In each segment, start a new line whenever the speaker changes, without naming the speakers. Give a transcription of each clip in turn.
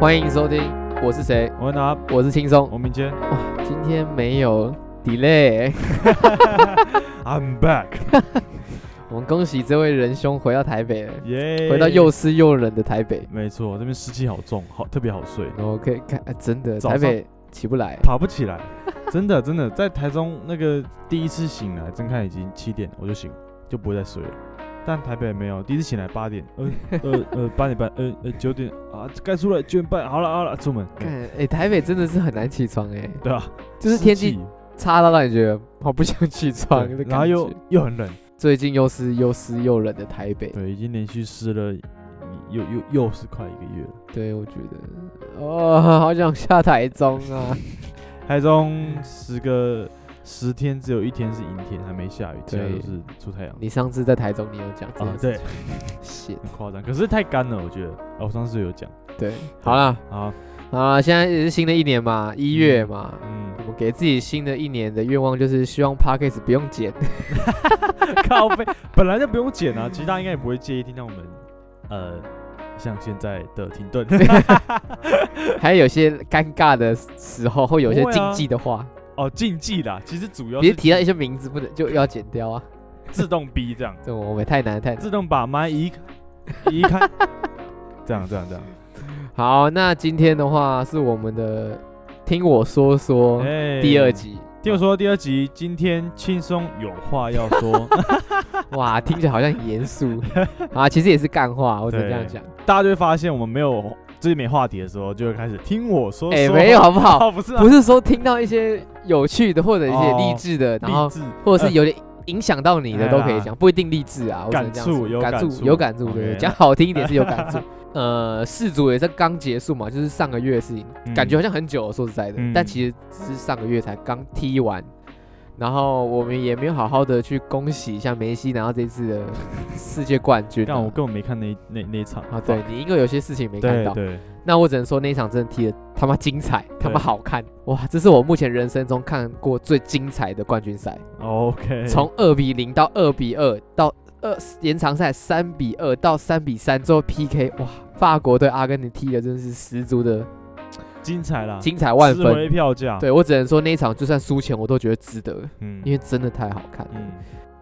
欢迎收听，我是谁？
我拿
我是轻松。
我明天
今天没有 delay，
I'm back，
我们恭喜这位仁兄回到台北了，
耶！
回到又湿又冷的台北。
没错，这边湿气好重，好特别好睡，
然后可以看，啊真的
早
台
上
北起不来，
爬不起 来，真的真的，在台中那个第一次醒来，睁开已经七点，我就醒了，就不会再睡了。但台北没有，第一次醒来八点，呃 呃呃 八点半，呃呃九点啊，该出来九点半，好了好了，出门。
看，哎、台北真的是很难起床哎、
对啊，
就是
湿
天
气
气差到让你觉得好不想起床的
对
感觉。
然后又又很冷，
最近又湿又湿又冷的台北，
对，已经连续湿了又又又是快一个月了。
对我觉得，哦， 好想下台中 啊。
台中十个十天只有一天是阴天，还没下雨，其他
对
都是出太阳，
你上次在台中你有讲这
啊
件
对
事情，shit，
很夸张。可是太干了，我觉得。啊，我上次有讲
对，好啦，
啊，
啊，现在也是新的一年嘛，一月嘛，
嗯，
我们给自己新的一年的愿望就是希望 p a c k a g e 不用 剪。
靠背本来就不用剪啊，其实大家应该也不会介意听到我们呃，像现在的停 顿，
还有些尴尬的时候，会有一些
不会啊
禁忌的话，
哦，禁忌啦，其实主要
别、
是
提到一些名字不能就要剪掉啊，
自动逼这样，
这我们太难太难。
自动把麦移 移开，这样这样这样，
好，那今天的话是我们的听我说说
哎
哦第二。集，
听我说，第二集今天轻松有话要说，
哇，听起来好像很严 肃啊，其实也是干话，我只能这样
对
讲。
大家就会发现我们没有就是没话题的时候，就会开始听我说说。
哎、没有好不好？
哦，不是啊，
不是说听到一些有趣的或者一些
哦
励志的，然后
励志，呃
或者是有点影响到你的
嗯哎
都可以
呀
讲，不一定励志啊，我只能这样
感
说
触有
感
感
触
触
有感触，对对，
OK
讲好听一点是有感 触。呃，四组也是刚结束嘛，就是上个月的事情，
嗯
感觉好像很久了，说实在的，
嗯
但其实只是上个月才刚踢完。然后我们也没有好好的去恭喜一下梅西拿到这次的世界冠军、
但我
啊。
根本没看那一那那一场
啊，对你应该有些事情没看
对
到。
对，
那我只能说那一场真的踢的他妈精彩，他妈
对
好看哇！这是我目前人生中看过最精彩的冠军赛。
OK，
从二比零到二比二到二延长赛三比二到三比三之后 PK，哇，法国对阿根廷踢的真是十足的
精彩啦，
精彩万
值
分。
回票价，，
对我只能说那一场就算输钱我都觉得值得，
嗯，
因为真的太好看。
嗯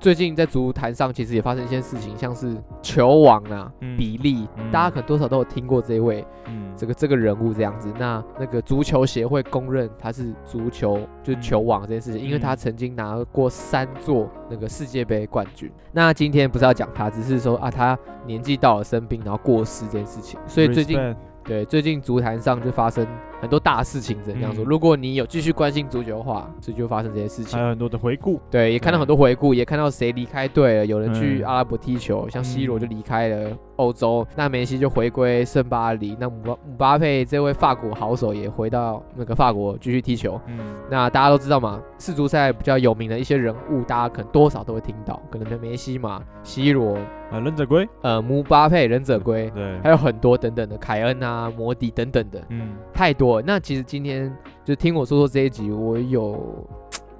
最近在足坛上其实也发生一些事情，像是球王啊。
嗯
比利，
嗯
大家可能多少都有听过这一位
嗯
这个这个人物这样子。那那个足球协会公认他是足球就是
嗯
球王这件事情，因为
嗯
他曾经拿过三座那个世界杯冠军。那今天不是要讲他，只是说啊，他年纪到了生病，然后过世这件事情。所以最近
respect，
对最近足坛上就发生很多大事情，只能这样说。
嗯
如果你有继续关心足球的话，所以就发生这些事情
还。有很多的回顾，
对，也看到很多回顾，也看到谁离开队了，有人去
嗯
阿拉伯踢球，像 C 罗
嗯
就离开了欧洲，那梅西就回归圣巴黎，那姆巴姆巴佩这位法国好手也回到那个法国继续踢球。
嗯
那大家都知道嘛，世足赛比较有名的一些人物，大家可能多少都会听到，可能梅西嘛、C 罗、
啊，忍者龟，
呃姆巴佩、忍者龟，
对
还，有很多等等的凯恩啊、摩迪等等的。
嗯
太多了。那其实今天就听我说说这一集，我有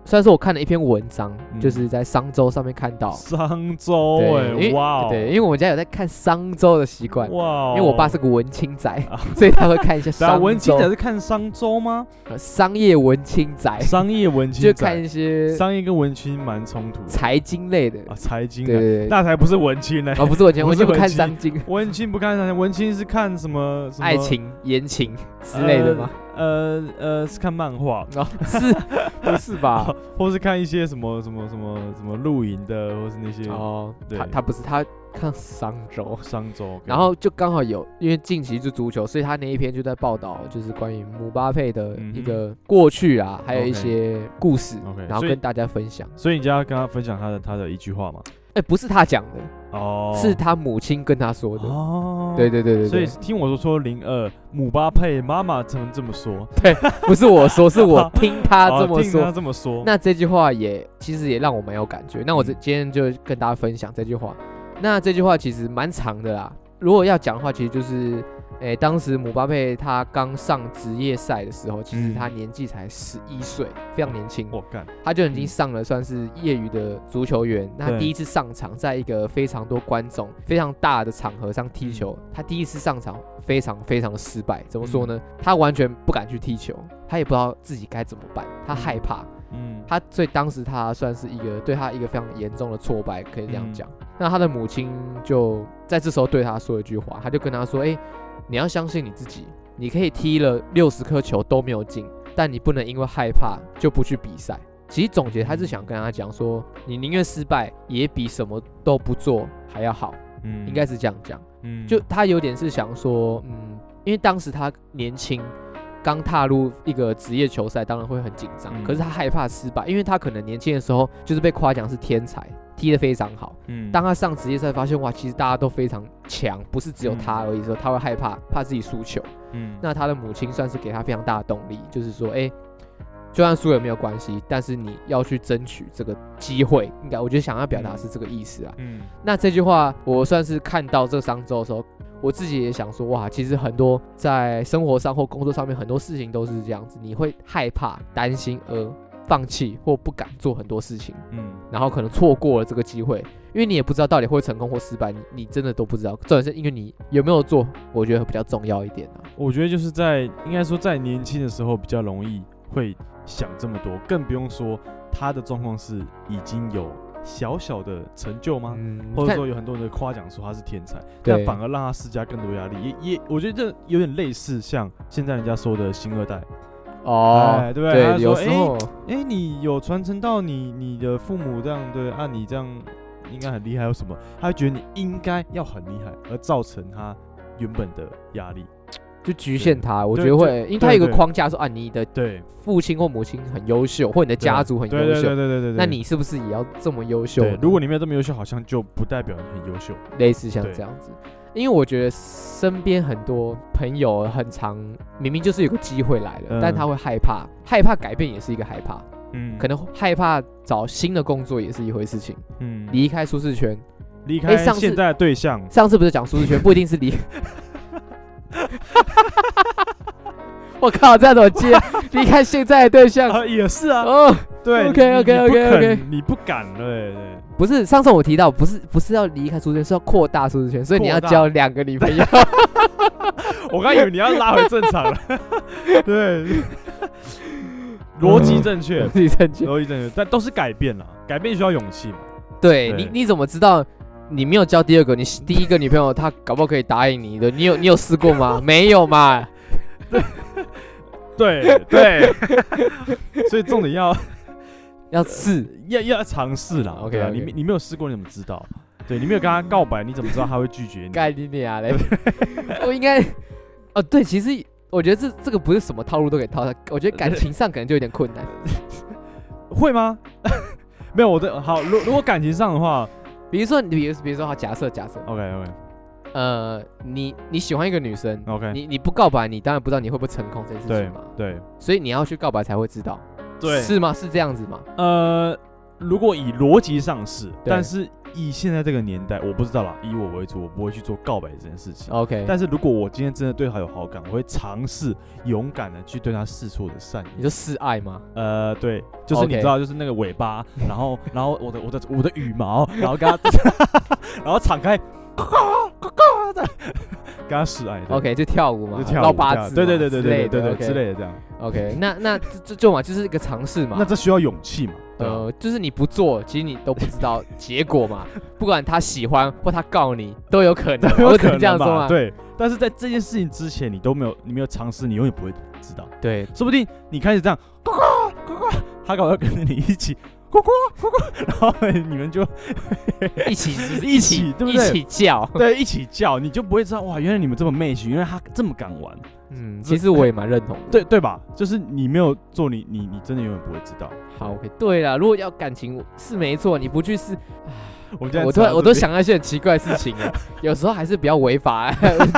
虽然说我看了一篇文章，
嗯
就是在商周上面看到，
商周
对，因
哎，
为
哇哦，
对，因为我们家有在看商周的习惯，因
哇哦，
为我爸是个文青 仔，
啊
所以他会看一下
对啊，
商
文青
周
仔是看商周吗？
呃商业文青仔，
商业文
哎就
青
看
仔，
一些
商业跟文青蛮冲突的
财经类的，
啊，财经
对
的，
对对，
那才不是文青呢，
哦，不是文青，
不
我
是
就看
文青
商经、
文青不看啥，文青是看什么什么
爱情、言情之类的吗？？
呃呃呃，是看漫画
哦，是，不是吧？
或是看一些什么什么什么什么露营的，或是那些
哦，
对
他他不是，他看商周。
商周。
然后就刚好有，因为近期是足球，所以他那一篇就在报道，就是关于姆巴佩的一个过去啊，还有一
嗯 OK
些故事
OK，
然后
所以
跟大家分享。
所以你就要跟他分享他的他的一句话嘛？
哎，不是他讲的，
哦，
是他母亲跟他说的。
哦，
对对对对，
所以
对
听我说说零二姆巴佩妈妈怎么这么说？
不是我说，是我听他这
哦
么
听他
说。
这么说，
那这句话也其实也让我蛮有感觉。那我这
嗯
今天就跟大家分享这句话。那这句话其实蛮长的啦，如果要讲的话，其实就是诶，当时姆巴佩他刚上职业赛的时候，其实
嗯
他年纪才十一岁，非常年轻，
我干，
他就已经上了算是业余的足球员。那他
嗯对
第一次上场，在一个非常多观众、非常大的场合上踢球，
嗯
他第一次上场非常非常失败。怎么说呢？他完全不敢去踢球，他也不知道自己该怎么办，他
嗯
害怕。
嗯，
他所以当时他算是一个对他一个非常严重的挫败，可以这样
嗯
讲。那他的母亲就在这时候对他说一句话，他就跟他说：“哎、你要相信你自己，你可以踢了六十颗球都没有进，但你不能因为害怕就不去比赛。”其实总结，他是想跟他讲说，你宁愿失败，也比什么都不做还要好，
嗯
应该是这样讲。
嗯
就他有点是想说，嗯，因为当时他年轻，刚踏入一个职业球赛，当然会很紧张。
嗯
可是他害怕失败，因为他可能年轻的时候就是被夸奖是天才，踢得非常好。
嗯
当他上职业赛，发现哇，其实大家都非常强，不是只有他而已的时候，他会害怕，怕自己输球。
嗯
那他的母亲算是给他非常大的动力，就是说，哎、就算输也没有关系，但是你要去争取这个机会。应该，我觉得想要表达是这个意思啊。
嗯
那这句话，我算是看到这商周的时候，我自己也想说，哇，其实很多在生活上或工作上面很多事情都是这样子，你会害怕、担心而放弃或不敢做很多事情，
嗯
然后可能错过了这个机会，因为你也不知道到底会成功或失败，你你真的都不知道。重点是因为你有没有做，我觉得比较重要一点啊。
我觉得就是在应该说在年轻的时候比较容易会想这么多，更不用说他的状况是已经有小小的成就吗？
嗯
或者
看
说有很多人夸奖说他是天才，
对
但反而让他施加更多压力，也也我觉得这有点类似像现在人家说的“星二代
哦
哎，对他
有
说
时候”。
哎，你有传承到你你的父母这样对，啊，你这样应该很厉害，有什么？他会觉得你应该要很厉害，而造成他原本的压力。
就局限他，我觉得
对
会，因为他有一个
对对
框架说啊，你的
对，
父亲或母亲很优秀，或你的家族很
对对
优秀
对对，对对。
那你是不是也要这么优秀
对
呢？，
如果你没有这么优秀，好像就不代表你很优秀。
类似像
对
这样子，因为我觉得身边很多朋友很常明明就是有个机会来了，
嗯
但他会害怕，害怕改变也是一个害怕，
嗯
可能害怕找新的工作也是一回事情，
嗯
离开舒适圈。
离
哎
开
上次
现在的对象，
上次不是讲舒适 圈，不一定是离。 我靠，这样怎么接？离开现在的对象
啊也是啊，
哦，
对
OK，OK，OK，OK
你不敢你不敢了，对对，
不是上次我提到，不是不是要离开舒适圈，是要扩大舒适圈，所以你要
扩大
交两个女朋友。
我刚以为你要拉回正常了， 对，逻辑 正确，
自己正确。
嗯逻辑正确，但都是改变了，改变需要勇气嘛，
对
对
你，你怎么知道你没有交第二个？你第一个女朋友她搞不好可以答应你的，你有你有试过 吗？没有嘛？
对对， 所以重点要
要试，
要要尝试啦
OK，
对啊
OK
你没你没有试过你怎么知道？对你没有跟他告白，你怎么知道他会拒绝你？
盖你俩 嘞！我应该，哦对，其实我觉得这这个不是什么套路都可以套的，我觉得感情上可能就有点困难。
会吗？ 没有我的好，如如果感情上的话
比如说，你比如比如说，好，假设假设，
，OK OK
呃，你你喜欢一个女生，
OK，
你你不告白，你当然不知道你会不会成功这件事
哦对
情嘛，
对
所以你要去告白才会知道，
对，
是吗？是这样子吗？
呃，如果以逻辑上是，但是以现在这个年代，我不知道啦。以我为主，我不会去做告白这件事情。
OK，
但是如果我今天真的对他有好感，我会尝试勇敢的去对他示出我的善
你
意。
说示爱吗？
呃，对，就是你
OK
知道，就是那个尾 巴，然后，然后我的我的我的羽毛，然后跟他， 然后敞开， 跟他示爱。对
OK，就跳舞嘛，
就跳
绕
舞
八
这样
字嘛，
对对对对
之
对
类
对
的
对对之。类的这样。
OK，OK，那那这这这嘛就是一个尝试嘛
那。这需要勇气嘛？对吧
呃，就是你不做，其实你都不知道结果 嘛。不管他喜欢或他告你，都有可能。 我只能这样说嘛。
对，但是在这件事情之前，你都没有，你没有尝试，你永远不会知道。
对，
说不定你开始这样，呱呱呱呱，他搞要跟着你一起，呱呱呱呱，然后你 们就
一 起一起
一起对不
一
对
起叫。
对一起叫，你就不会知道哇，原来你们这么妹许，原来他这么敢玩，
嗯，其实我也蛮认同 的。
对对吧？就是你没有做你，你你真的永远不会知道。
好，OK，对了，如果要感情是没错，你不去试，
我们现在
我
扯
突
到
然我
这
都
啊边
想到一些很奇怪的事情 了。有时候还是比较违 法，啊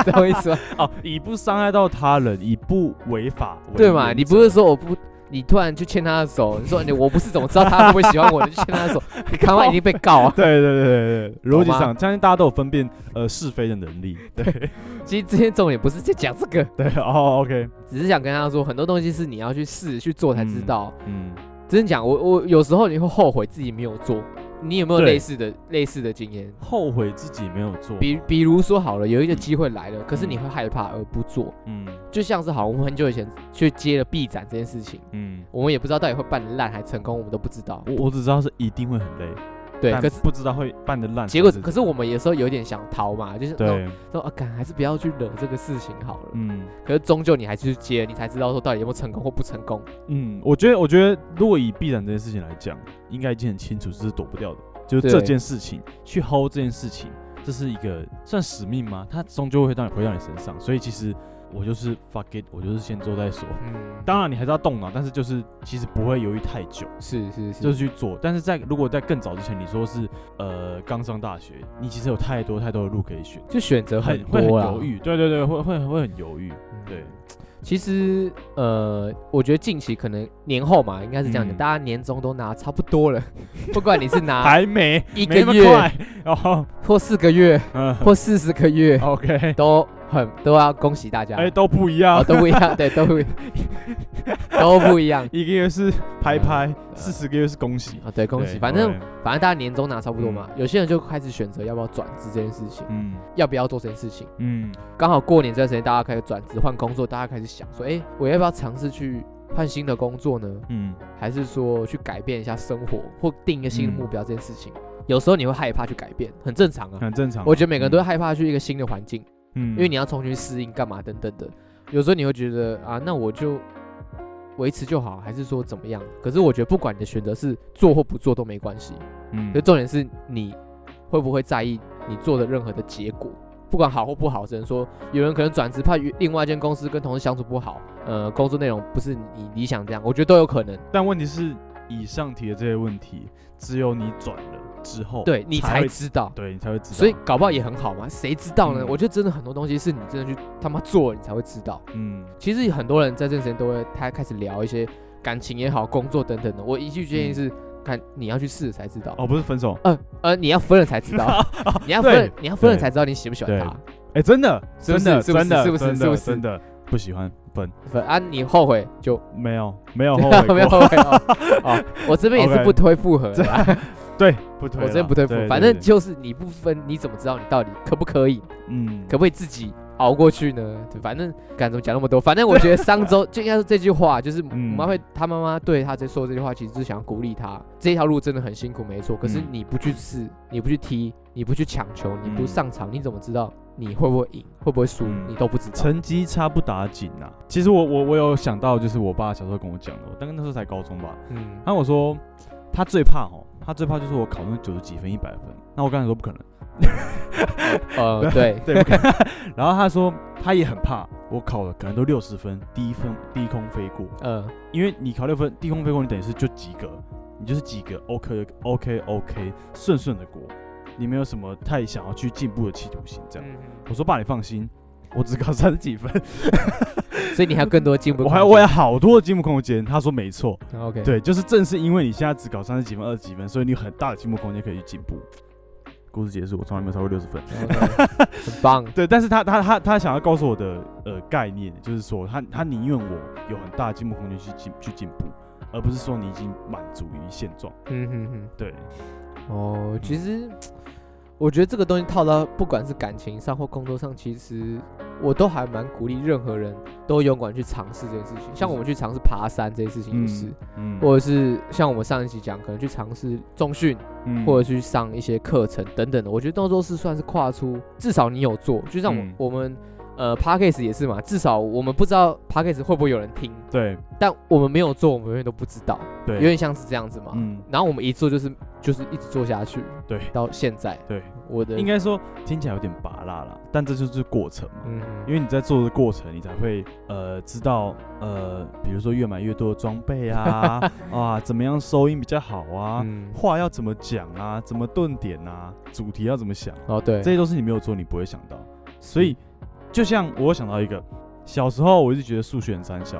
懂我意思吗？
哦，以不伤害到他人，以不违法为
对嘛？
原
你不是
则
说我不，你突然去牵他的手，你说你我不是怎么知道他会不会喜欢我，你去牵 他的手，你他妈已经被告啊！
对对对对对，逻辑
懂吗
上相信大家都有分辨呃是非的能 力。对
其实今天重点不是在讲这个，
对，哦，OK，
只是想跟他说，很多东西是你要去试去做才知道。
嗯，
真的讲，我我有时候你会后悔自己没有做。你有没有
对
类似的类似的经验？
后悔自己没有做，
比比如说好了，有一个
嗯
机会来了，可是你
嗯
会害怕而不做，
嗯
就像是好，我们很久以前去接了 B 展这件事情，
嗯，
我们也不知道到底会办得烂还成功，我们都不知道。
我我只知道是一定会很累，
对，
但
可是
不知道会办的烂还是
结
怎么
果
样。
可是我们有时候有点想逃嘛，就是那种
对，
说啊，干还是不要去惹这个事情好了。
嗯
可是终究你还是去接，你才知道说到底有没有成功或不成功。
嗯，我觉得我觉得如果以必然这件事情来讲，应该已经很清楚这是躲不掉的，就是这
对
件事情去 hold 这件事情，这是一个算使命吗？它终究会让你回到你身上，所以其实我就是 fuck it，我就是先做再说。
嗯，
当然你还是要动脑，但是就是其实不会犹豫太久，
是是是，
就是去做。但是在如果在更早之前，你说是呃刚上大学，你其实有太多太多的路可以选，
就选择
很会很
多啦。啊
犹豫。对对对，会会会很犹豫。
嗯
对，
其实呃，我觉得近期可能年后嘛，应该是这样的，
嗯
大家年终都拿差不多了，不管你是拿
还没
啊一
没那
个
么
月
快 哦，
或四个月
嗯
或四十个月，
，OK，
都很都要恭喜大家。
哎，都不一
啊哦，
样。
都不一样，对， 都不一都不一样。
一个月是拍拍，
呃
四十个月是恭喜，
啊，对，恭喜！
对
反正
对
反正大家年终拿差不多嘛，有些人就开始选择要不要转职这件事情，
嗯
要不要做这件事情。
嗯，
刚好过年这段时间，大家开始转职换工作，大家开始想说，哎，我要不要尝试去换新的工作呢？
嗯，
还是说去改变一下生活，或定一个新的
嗯
目标这件事情？有时候你会害怕去改变，很正常啊。
很正常。
我觉得每个人都会害怕去一个新的环境，
嗯，嗯
因为你要重新适应干嘛等等的。有时候你会觉得啊，那我就维持就好，还是说怎么样？可是我觉得不管你的选择是做或不做都没关系，
嗯
就重点是你会不会在意你做的任何的结果，不管好或不好，只能说有人可能转职怕与另外一间公司跟同事相处不好，呃，工作内容不是你理想这样，我觉得都有可能。
但问题是，以上提的这些问题，只有你转了之后，
对你才
会
知道，
对你才会知道。
所以搞不好也很好嘛，谁知道呢？
嗯
我觉得真的很多东西是你真的去他妈做了，你才会知道。
嗯
其实很多人在这段时间都会，他开始聊一些感情也好，工作等等的。我一句建议是，看你要去试了才知道。
嗯哦，不是分手，
呃呃，你要分了才知 道，你要分了，你要分了
对
才知道你喜不喜欢
对
他。
哎，真的，
是不
真
是
的，
是不是
真的，
是不是
真的
是不是
真的不喜欢分，
分啊，你后悔就
没有，没哦有后悔过
没有后悔 哦。哦，我这边也是
OK
不推复合的啦，
对，不推
我
了，
这边不推复
对，
合，
对
反正
对
就是你不分，你怎么知道你到底可不可以，
嗯，
可不可以自己熬过去呢？对，反正敢怎么讲那么多，反正我觉得商周就应该是这句话，就是我
嗯
妈会他妈妈对他在说这句话，其实就是想要鼓励他，这条路真的很辛苦，没错。可是
嗯
你不去试，你不去踢，你不去抢球，你不
嗯
上场，你怎么知道你会不会赢，会不会输？
嗯
你都不知道。
成绩差不打紧呐、其实我我我有想到，就是我爸小时候跟我讲的，我大概那时候才高中吧。
嗯，
然后我说他最怕哦，他最怕就是我考那九十几分、一百分。那我刚才说不可能，
呃，对，
对，不可能。 然后他说他也很怕我考了可能都六十分，低分低空飞过，
呃，
因为你考六分低空飞过，你等于是就及格，你就是及格，OK OK OK，顺顺的过，你没有什么太想要去进步的企图心
嗯
这样。我说爸，你放心，我只考三十几分，
所以你还有更多进步
我
空
还
间。
我有好多的进步空间。他说没错，
OK，，
对，就是正是因为你现在只搞三十几分、二十几分，所以你有很大的进步空间可以去进步。故事结束，我从来没有超过六十分。
嗯很 棒。
对，但是他他他他想要告诉我的呃概念，就是说他他宁愿我有很大的进步空间去进去进步，而不是说你已经满足于现状。
嗯哼哼。
对，
哦，其实我觉得这个东西套到不管是感情上或工作上，其实我都还蛮鼓励任何人都勇敢去尝试这件事情。像我们去尝试爬山这件事情也是，
嗯
或者是像我们上一期讲，可能去尝试重训，
嗯
或者去上一些课程等等的。我觉得都都是算是跨出，至少你有做。就像我、
嗯
我们呃 p a c k a g e 也是嘛，至少我们不知道 p a c k a g e 会不会有人听，
对
但我们没有做，我们永远都不知道，有
对，
点像是这样子嘛。
嗯
然后我们一做就是就是一直做下去，
对
到现在
对，
我的
应，该说听起来有点拔辣啦，但这就是过程嘛。
嗯，
因为你在做的过程，你才会呃知道呃，比如说越买越多的装 备啊，啊怎么样收音比较好啊，
嗯，
话要怎么讲啊，怎么顿点啊，主题要怎么想，
哦对，
这些都是你没有做，你不会想到。所以就像我有想到一个，小时候我一直觉得数学很三小，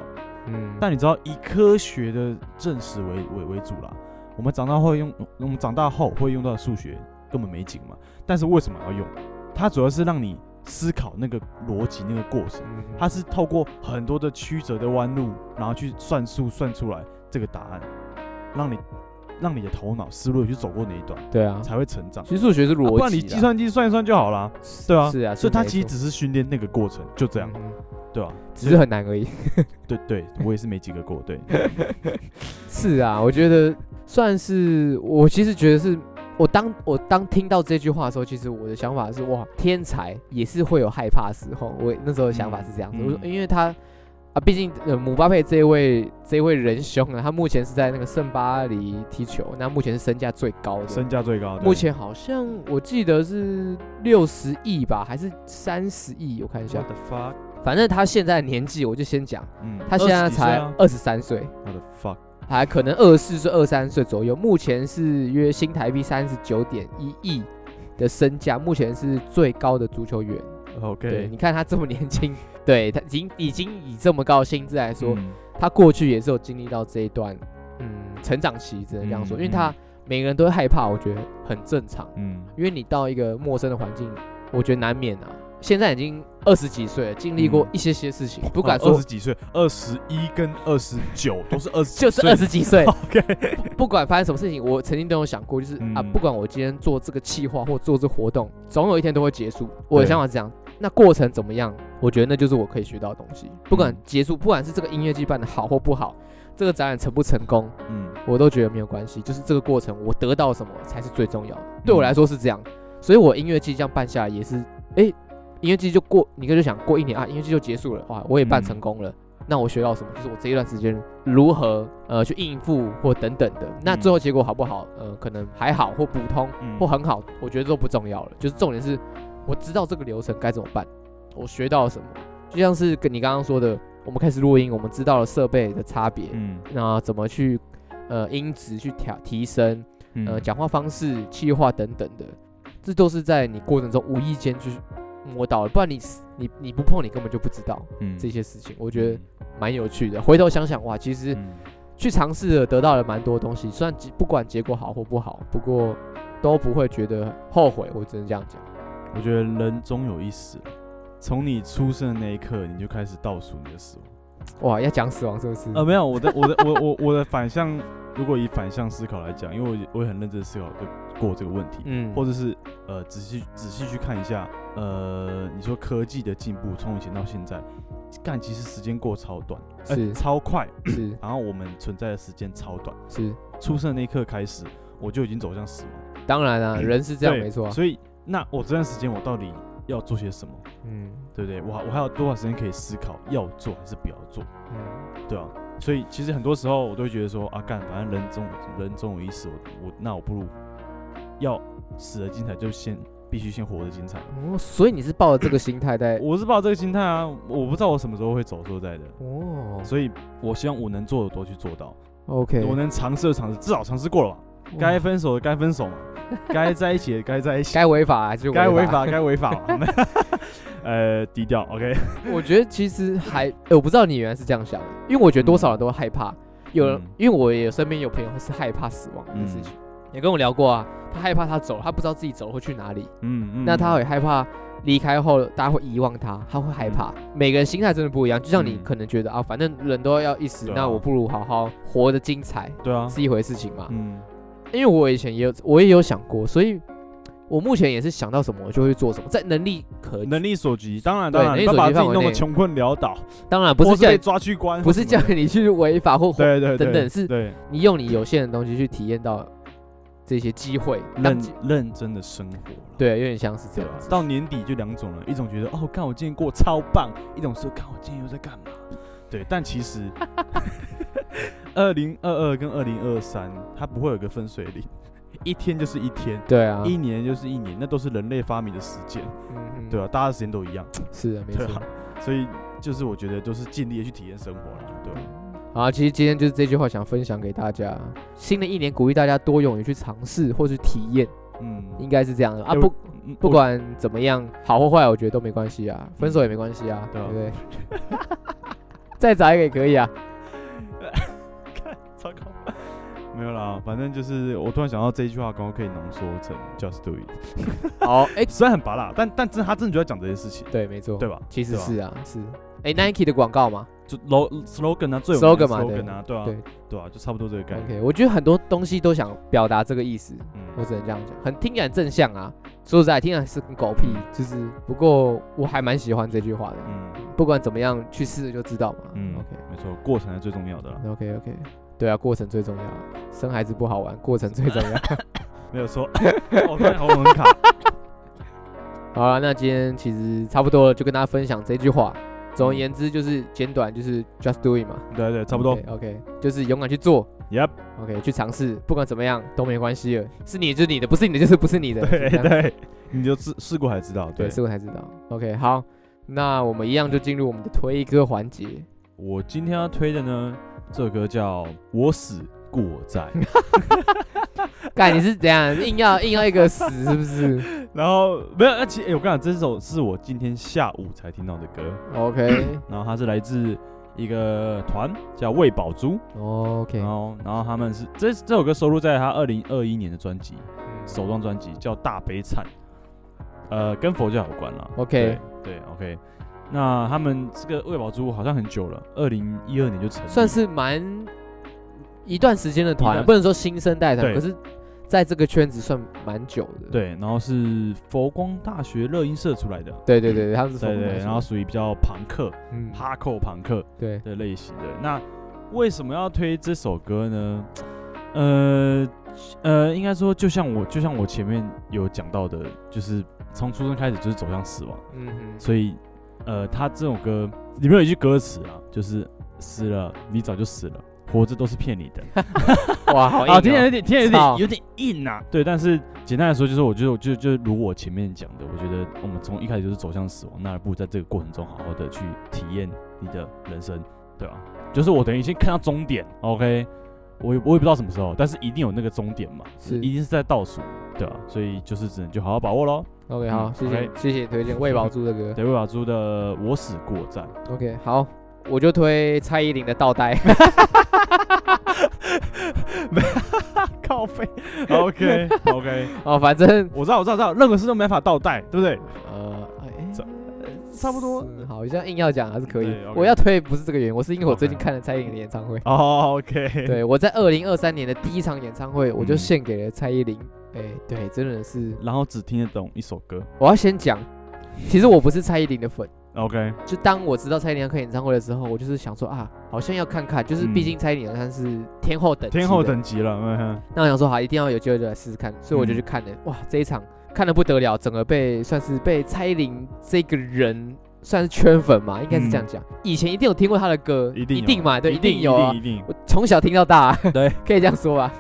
嗯，
但你知道，以科学的证实为为为主啦。我们长大会用，我们长大后会用到的数学根本没景嘛。但是为什么要用？它主要是让你思考那个逻辑、那个过程。
嗯
它是透过很多的曲折的弯路，然后去算数算出来这个答案，让你让你的头脑思路去走过那一段，
对啊，
才会成长。
其实数学是
啊不
逻
然
辑
你
啦，
计算机算一算就好啦。对啊
是啊，
所以它
没
其实
错
只是训练那个过程，就这样，
嗯
对吧、
只是很难而已。
对对，我也是没及格过， 对，
是啊，我觉得算是我其实觉得是我当我当听到这句话的时候，其实我的想法是哇，天才也是会有害怕的时候。我那时候的想法是这样子，
嗯
我说
嗯
因为他。啊，毕竟呃，姆巴佩这一位这一位仁兄啊呢，他目前是在那个圣巴黎踢球，那目前是身价最高的，
身价最高。对
目前好像我记得是六十亿吧，还是三十亿？我看一下
What，the fuck？
反正他现在的年纪，我就先讲，
嗯，
他现在
20几岁
才
啊
二十三岁，
What the fuck？
还可能二十四岁、二三岁左右。目前是约新台币三十九点一亿的身价，目前是最高的足球员。对，
OK，
你看他这么年轻， 对他已经已经以这么高的薪资来说，
嗯
他过去也是有经历到这一段嗯成长期，只能这样说，
嗯
因为他
嗯
每个人都会害怕，我觉得很正常。
嗯，
因为你到一个陌生的环境，我觉得难免啊。现在已经二十几岁了，经历过
嗯
一些些事情，不敢
二
说
十几岁，二十一跟二十九都是二十，，
就是二十几岁
OK，
不管发生什么事情，我曾经都有想过，就是啊，
嗯
不管我今天做这个企划或做这活动，总有一天都会结束。我的
对
想法是这样，那过程怎么样？我觉得那就是我可以学到的东西。不管
嗯
结束，不管是这个音乐季办的好或不好，这个展览成不成功，
嗯，
我都觉得没有关系，就是这个过程我得到什么才是最重要的。对我来说是这样，所以我音乐季这样办下来也是，诶，音乐季就过，你可就想过一年啊，音乐季就结束了，哇，我也办成功了。那我学到什么？就是我这一段时间如何呃去应付或等等的。那最后结果好不好？呃，可能还好或普通
嗯
或很好，我觉得都不重要了。就是重点是，我知道这个流程该怎么办，我学到了什么。就像是跟你刚刚说的，我们开始录音，我们知道了设备的差别，
嗯
那怎么去呃音质去调提升，
嗯
呃讲话方式、气话等等的，这都是在你过程中无意间就是摸到的，不然你你你不碰你根本就不知道
嗯
这些事情，我觉得蛮有趣的。回头想想哇，其实
嗯
去尝试了，得到了蛮多东西，虽然结不管结果好或不好，不过都不会觉得后悔，我只能这样讲。
我觉得人终有一死，从你出生的那一刻，你就开始倒数你的死亡。
哇，要讲死亡是不是？
呃，没有，我的我的我我我的反向，如果以反向思考来讲，因为我我也很认真思考过这个问题，
嗯
或者是呃仔细仔细去看一下，呃，你说科技的进步从以前到现在，干其实时间过超短，呃
是
超快，
是
然后我们存在的时间超短，
是，
出生的那一刻开始，我就已经走向死亡，
当然啊，人是这样
对
没错啊。
所以那我这段时间我到底要做些什么，
嗯
对不对？我还我还有多少时间可以思考要做还是不要做？
嗯，
对啊，所以其实很多时候我都会觉得说啊，干，反正人终人终有一死，我我那我不如要死的精彩，就先必须先活得精彩。
哦，所以你是抱着这个心态在
我是抱这个心态啊，我不知道我什么时候会走，说实在的，
哦
所以我希望我能做的都去做到，
，OK，
我能尝试的尝试，至少尝试过了嘛，该分手的该分 手嘛，该在一起的该在一起，
该违法还是
该违
违？
法该违法嘛， 呃，低调，OK，
我觉得其实还，呃我不知道你原来是这样想的，因为我觉得多少人都会害怕，有人
嗯，
因为我也身边有朋友是害怕死亡的事情，也跟我聊过啊，他害怕他走，他不知道自己走会去哪里，
嗯嗯，
那他
嗯
也害怕离开后大家会遗忘他，他会害怕。每个人心态真的不一样，就像你
嗯
可能觉得啊，反正人都要一死，
对啊
那我不如好好活得精彩
对啊，
是一回事情嘛。
嗯
因为我以前也有，我也有想过，所以我目前也是想到什么我就会做什么，在能力可
能力所及，当然
对
当然，
能力
不要
所
把
及
自己
范围
弄得
内
穷困潦倒，
当然不
或
是
是
叫
被
你
抓去关或
不是
什
叫
么的，
你去违法或
对对对，
等等是
对
你用你有限的东西去体验到这些机会，当
认
机
认真的生活啦。
对，有点像是这
对
样
吧
子。
到年底就两种了，一种觉得哦，看我今天过超棒，一种是看我今天又在干嘛。对，但 其实二零二二跟二零二三，它不会有个分水岭，一天就是一天，
对啊，
一年就是一年，那都是人类发明的实践，
嗯哼
对吧、啊大家的时间都一样，
是啊，没
对
错
啊。所以就是我觉得都是尽力的去体验生活了，对吧、啊
好，啊其实今天就是这句话想分享给大家。新的一年鼓励大家多勇于去尝试或是体验，
嗯
应该是这样的啊。
对
不
嗯
不
我
管怎么样，好或坏，我 觉得都没关系啊，分手也没关系啊，
对
对
啊
不对？再找一个也可以啊，
没有啦，反正就是我突然想到这一句话，刚刚可以浓缩成 just do it，
好，哎、
虽然很拔辣，但但真的他真的就在讲这件事情，
对，没错，
对吧？
其实
对吧
是啊，是。哎、n i k e 的广告嘛，
就 lo slogan 啊，最有名的
slogan 嘛
slogan 啊，对啊，
对
对啊，就差不多这个概念。
，OK，我觉得很多东西都想表达这个意思，我
嗯，
只能这样讲，很听起来很正向啊。说实在，听起来是跟狗屁，就是不过我还蛮喜欢这句话的。啊
嗯
不管怎么样，去试就知道嘛。
嗯
o k
没错，过程是最重要的啦。
OK OK，对啊，过程最重要，生孩子不好玩，过程最重 要。
没有说，我突然喉咙 很卡。
好了，那今天其实差不多了，就跟大家分享这句话。总而言之，就是简短，就是 just do it 嘛，
对对，嗯差不多。
OK，, o k 就是勇敢去做
Yep，
，OK，去尝试，不管怎么样都没关系了，是你就是你的，不是你的就是不是你的，
对
就这样子
对，你就试试过才知道。对
对，，试过才知道。OK，好，那我们一样就进入我们的推歌环节。
我今天要推的呢，这首歌叫《我死故我在》，
干，你是怎样硬要硬要一个死是不是
然后没有，而且、哎诶我跟你讲，这首是我今天下午才听到的歌，
？OK，OK，、
然后它是来自一个团叫喂宝珠，然后然后他们是这这首歌收录在他二零二一年的专辑
嗯
首张专辑叫《大悲惨》，呃，跟佛教有关啦。
OK
对对，OK。那他们这个喂宝珠好像很久了，二零一二年就成立，
算是蛮一段时间的团
一
啊，
段
不能说新生代团，
对
可是在这个圈子算蛮久的。
对，然后是佛光大学乐音社出来的，
对对对对，他们是
对
从
对，然后属于比较朋克、
嗯，
哈扣朋克
对，
的类型的。那为什么要推这首歌呢？呃呃，应该说就像我就像我前面有讲到的，就是从出生开始就是走向死亡，
嗯哼，
所以呃，他这首歌里面有一句歌词啊，就是死了，你早就死了，活着都是骗你的。
哇，好硬
啊，听起来
哦
有点，听起来有
操
点有点硬啊。对，但是简单来说，就是我觉得，我就就就如我前面讲的，我觉得我们从一开始就是走向死亡，那不如在这个过程中好好的去体验你的人生，对吧、就是我等于先看到终点，OK，我也我也不知道什么时候，但是一定有那个终点嘛，
是
一定是在倒数，对吧、所以就是只能就好好把握喽。
OK，好，
嗯
谢谢
OK
谢谢你推荐魏宝珠的歌。
德瑞瓦猪的《我死过站》，
OK，好，我就推蔡依林的倒 带。
靠背 ，OK OK，
哦，反正
我知道我知道我知道，任何事都没法倒带，对不对？
呃，哎
这差不多
是好像硬要讲啊还是可以
对。，OK
我要推不是这个原因，我是因为我最近
OK
看了蔡依林的演唱 会。
哦，OK、o k
对，我在二零二三年的第一场演唱会，我就
嗯
献给了蔡依林。哎、对，真的是，
然后只听得懂一首歌
我要先讲，其实我不是蔡依林的粉，
，OK。
就当我知道蔡依林要开演唱会的时候，我就是想说啊，好像要看看，就是毕
嗯
竟蔡依林好像是天后等级
天后
的
等级了，嗯哼，
那我想说好，一定要有机会就来试试看，所以我就去看了。
嗯
哇，这一场看的不得了，整个被算是被蔡依林这个人算是圈粉嘛，应该是这样讲。以前一定有听过她的歌，
嗯一定有
嘛，对，
一
一
定
定有啊
一。定一定
我从小听到大、
对，
可以这样说吧。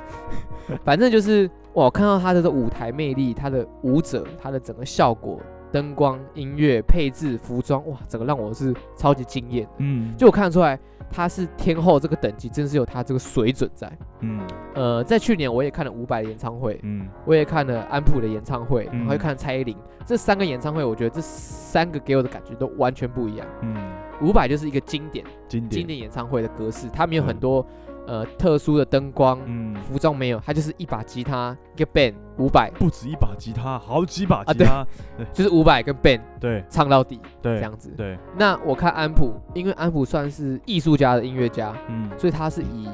反正就是哇，我看到她的这舞台魅力，她的舞者，她的整个效果、灯光、音乐配置、服装，哇，整个让我是超级惊艳。
嗯，
就我看得出来，她是天后这个等级，真是有她这个水准在。
嗯
呃，在去年我也看了伍佰的演唱会，
嗯
我也看了安普的演唱会，
嗯
然后又看了蔡依林，这三个演唱会，我觉得这三个给我的感觉都完全不一样。
嗯，
伍佰就是一个经典
经典
经典演唱会的格式，他没有
嗯
很多、呃特殊的灯光、
嗯，
服装没有，他就是一把吉他一个 band，伍佰
不止一把吉他，好几把吉他，
就是伍佰跟 band
对
唱到底这
对
样子。
对，
那我看安普，因为安普算是艺术家的音乐家，
嗯
所以他是以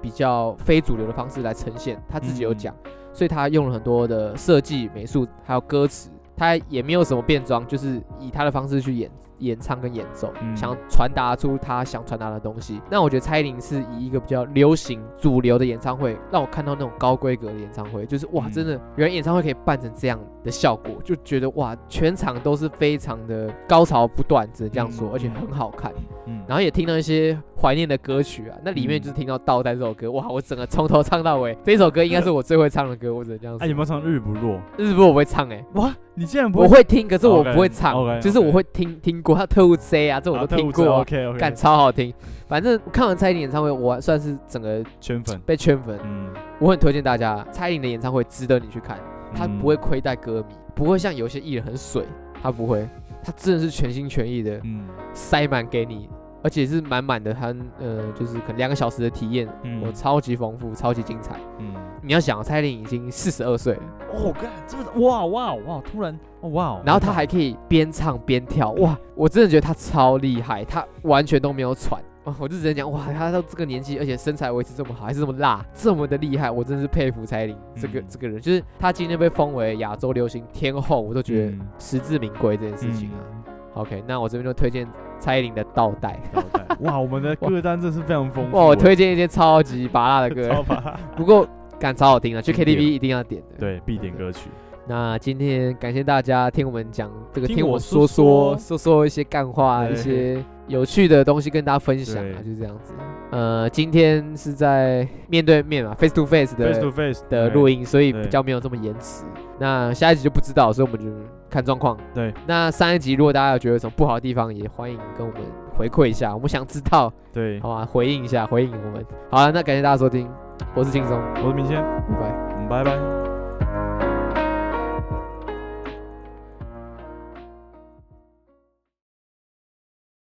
比较非主流的方式来呈现，他自己
嗯
有讲，所以他用了很多的设计、美术还有歌词，他也没有什么变装，就是以他的方式去演演唱跟演奏，
嗯
想传达出他想传达的东西。那我觉得蔡依林是以一个比较流行主流的演唱会，让我看到那种高规格的演唱会，就是哇，
嗯
真的原来演唱会可以办成这样的效果，就觉得哇，全场都是非常的高潮不断，只能这样说，
嗯
而且很好看。
嗯，
然后也听到一些怀念的歌曲啊，那里面
嗯
就是听到《倒带》这首歌，哇，我整个从头唱到尾，这首歌应该是我最会唱的歌，我只能这样说。
哎，有没有唱《日不落
日不我不会唱哎、》？
哇，你竟然不
我会听，可是我
OK，
不会唱
OK，OK
就是我会听听过他特务 C 啊，这我都听过、啊，
，OK OK，
干、超好听。反正看完蔡依林演唱会，我算是整个
圈粉，
被圈粉，
嗯，
我很推荐大家蔡依林的演唱会值得你去看，
嗯
她不会，亏待歌迷，不会像有些艺人很水，她不会，她真的是全心全意的
嗯
塞满给你而且是满满的，他呃，就是可能两个小时的体验，
嗯
我超级丰富，超级精彩。
嗯，
你要想，蔡依林已经四十二岁了，
哦，干，这么哇哇哇，突然哦哇哦，
然后她还可以边唱边跳，哇，我真的觉得她超厉害，她完全都没有喘。哇我就只能讲，哇，她到这个年纪，而且身材维持这么好，还是这么辣，这么的厉害，我真的是佩服蔡依林这个、
嗯
这个人。就是她今天被封为亚洲流行天后，我都觉
嗯
得实至名归这件事情啊。OK，那我这边就推荐蔡依林的《倒带
嗯，倒带哇，我们的歌单真是非常》，丰富，
哇，我推荐一些超级拔辣的歌
超，吧，
不过感超好听啊，去
经典
KTV 一定要点的。
对必点歌曲，
那今天感谢大家听我们讲这个，
听
听
我
我说
说说
说说说一些干话，
对
一些有趣的东西跟大家分享啊，
对
就是这样子。呃，今天是在面对面嘛，face to face
face to
的
face
的录
音，
音，所以
对
比较没有这么延迟。那下一集就不知道，所以我们就看状况。
对，
那上一集如果大家有觉得有什么不好的地方，也欢迎跟我们回馈一下，我们想知道，
对，
好吧？啊回应一下，回应我们。好了，那感谢大家收听，我是轻松，
我是明谦，
拜拜。
嗯拜拜。